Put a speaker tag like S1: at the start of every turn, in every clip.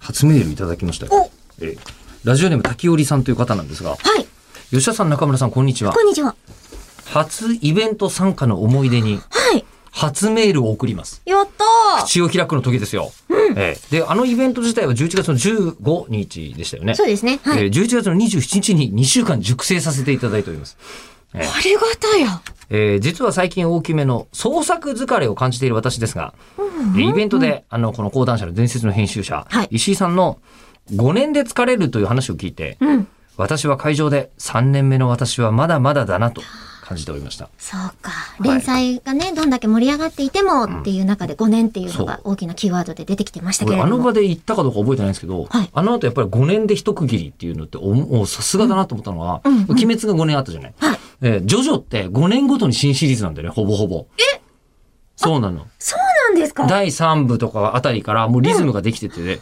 S1: 初メールいただきましたよ
S2: お
S1: ええラジオネーム滝織さんという方なんですが、
S2: はい。
S1: 吉田さん、中村さん、こんにちは
S2: こ。んにちは。
S1: 初イベント参加の思い出に、
S2: はい。
S1: 初メールを送ります。
S2: やったー。
S1: 口を開くの時ですよ。ええで、あのイベント自体は11月の15日でしたよね。
S2: そうですね。はい。
S1: えー11月の27日に2週間熟成させていただいております。
S2: ありがたいや。
S1: えー実は最近大きめの創作疲れを感じている私ですが、イベントで、あの、この講談社の伝説の編集者、
S2: はい
S1: 石井さんの5年で疲れるという話を聞いて、
S2: うん。
S1: 私は会場で3年目の私はまだまだだなと感じておりました。
S2: そうか。
S1: い
S2: 連載がね、どんだけ盛り上がっていてもっていう中で5年っていうのが大きなキーワードで出てきてましたけ
S1: 俺
S2: れど
S1: あ
S2: も。
S1: の場で行ったかどうか覚えてないんですけど、
S2: はい
S1: あの後やっぱり5年で一区切りっていうのっておもうさすがだなと思ったのは、
S2: うんうん
S1: 鬼滅が5年あったじゃない、
S2: はい
S1: えージョジョって5年ごとに新シリーズなんだよね、ほぼほぼ。えそうなの。
S2: そうなんですか
S1: 第3部とかあたりからもうリズムができてて、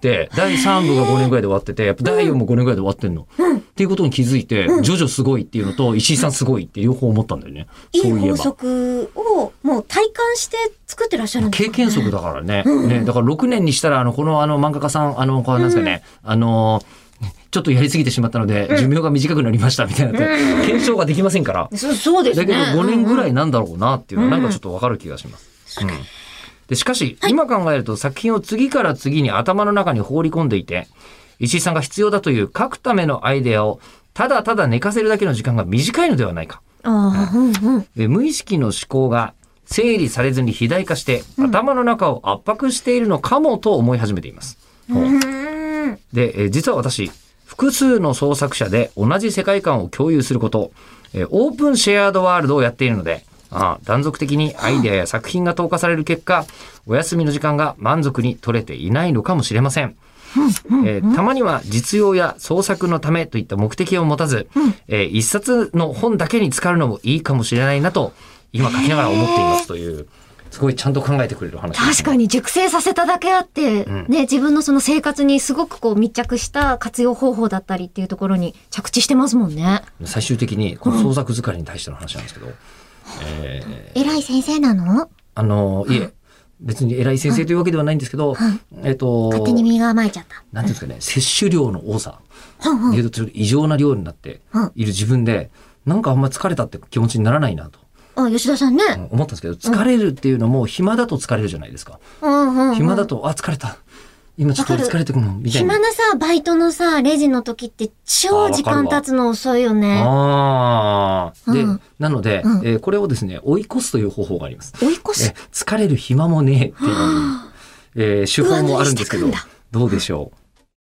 S1: で、第3部が5年ぐらいで終わってて、やっぱ第4部も5年ぐらいで終わってんの。っていうことに気づいて、ジョジョすごいっていうのと、石井さんすごいって両方思ったんだよね。
S2: いい
S1: そういえば。
S2: 法則をもう体感して作ってらっしゃるんです
S1: 経
S2: か、ね、
S1: 験則だからね。ね、だから6年にしたら、あの、このあの漫画家さん、あの、こうなんですかね、あの、ちょっとやりすぎてしまったので、寿命が短くなりましたみたいなと、検証ができませんから。
S2: そうそうです
S1: だ
S2: ね。
S1: けど5年ぐ
S2: い。
S1: らいなんだろうなっていうのは
S2: う
S1: なんんかちょっとわかる気がします。うんでしかし、今考えると作品を次から次に頭の中に放り込んでいて、石井さんが必要だという書くためのアイデアをただただ寝かせるだけの時間が短いのではないか。
S2: ああ、うんうん。
S1: え無意識の思考が整理されずに肥大化して、頭の中を圧迫しているのかもと思い始めています。ほう
S2: うーん。
S1: で、えー実は私、複数の創作者で同じ世界観を共有すること、えーオープンシェアードワールドをやっているので、あー断続的にアイデアや作品が投下される結果、お休みの時間が満足に取れていないのかもしれません。えーたまには実用や創作のためといった目的を持たず、えー一冊の本だけに使うのもいいかもしれないなと、今書きながら思っていますという、すごいちゃんと考えてくれる話ですね
S2: 確かに熟成させただけあって、
S1: ん
S2: ね、自分のその生活にすごくこう密着した活用方法だったりっていうところに着地してますもんね。
S1: 最終的にこの創作疲れに対しての話なんですけど、えー
S2: 偉い先生なの
S1: あの、いえ、別に偉い先生というわけではないんですけど、えっと、
S2: 勝手に身が甘えちゃった。
S1: なんていうんですかね、摂取量の多さ、
S2: ほんほん。
S1: でいうとちょっと異常な量になって
S2: うん
S1: いる自分で、なんかあんま疲れたって気持ちにならないなと
S2: あ、吉田さんね。
S1: うん思ったんですけど、疲れるっていうのも暇だと疲れるじゃないですか。
S2: うんうんうん。
S1: 暇だと、あ、疲れた。今ちょっと
S2: わかる
S1: 疲れてくるの、みたい
S2: 暇
S1: な。
S2: なさ、バイトのさ、レジの時って超時間経つの遅いよね。
S1: ああ。で
S2: うん、
S1: なので
S2: うん、
S1: えーこれをですね、追い越すという方法があります。
S2: 追い越
S1: え
S2: す。
S1: 疲れる暇もねえっていうのに、えー手法もあるんですけど
S2: 上塗りしてくんだ
S1: どうでしょう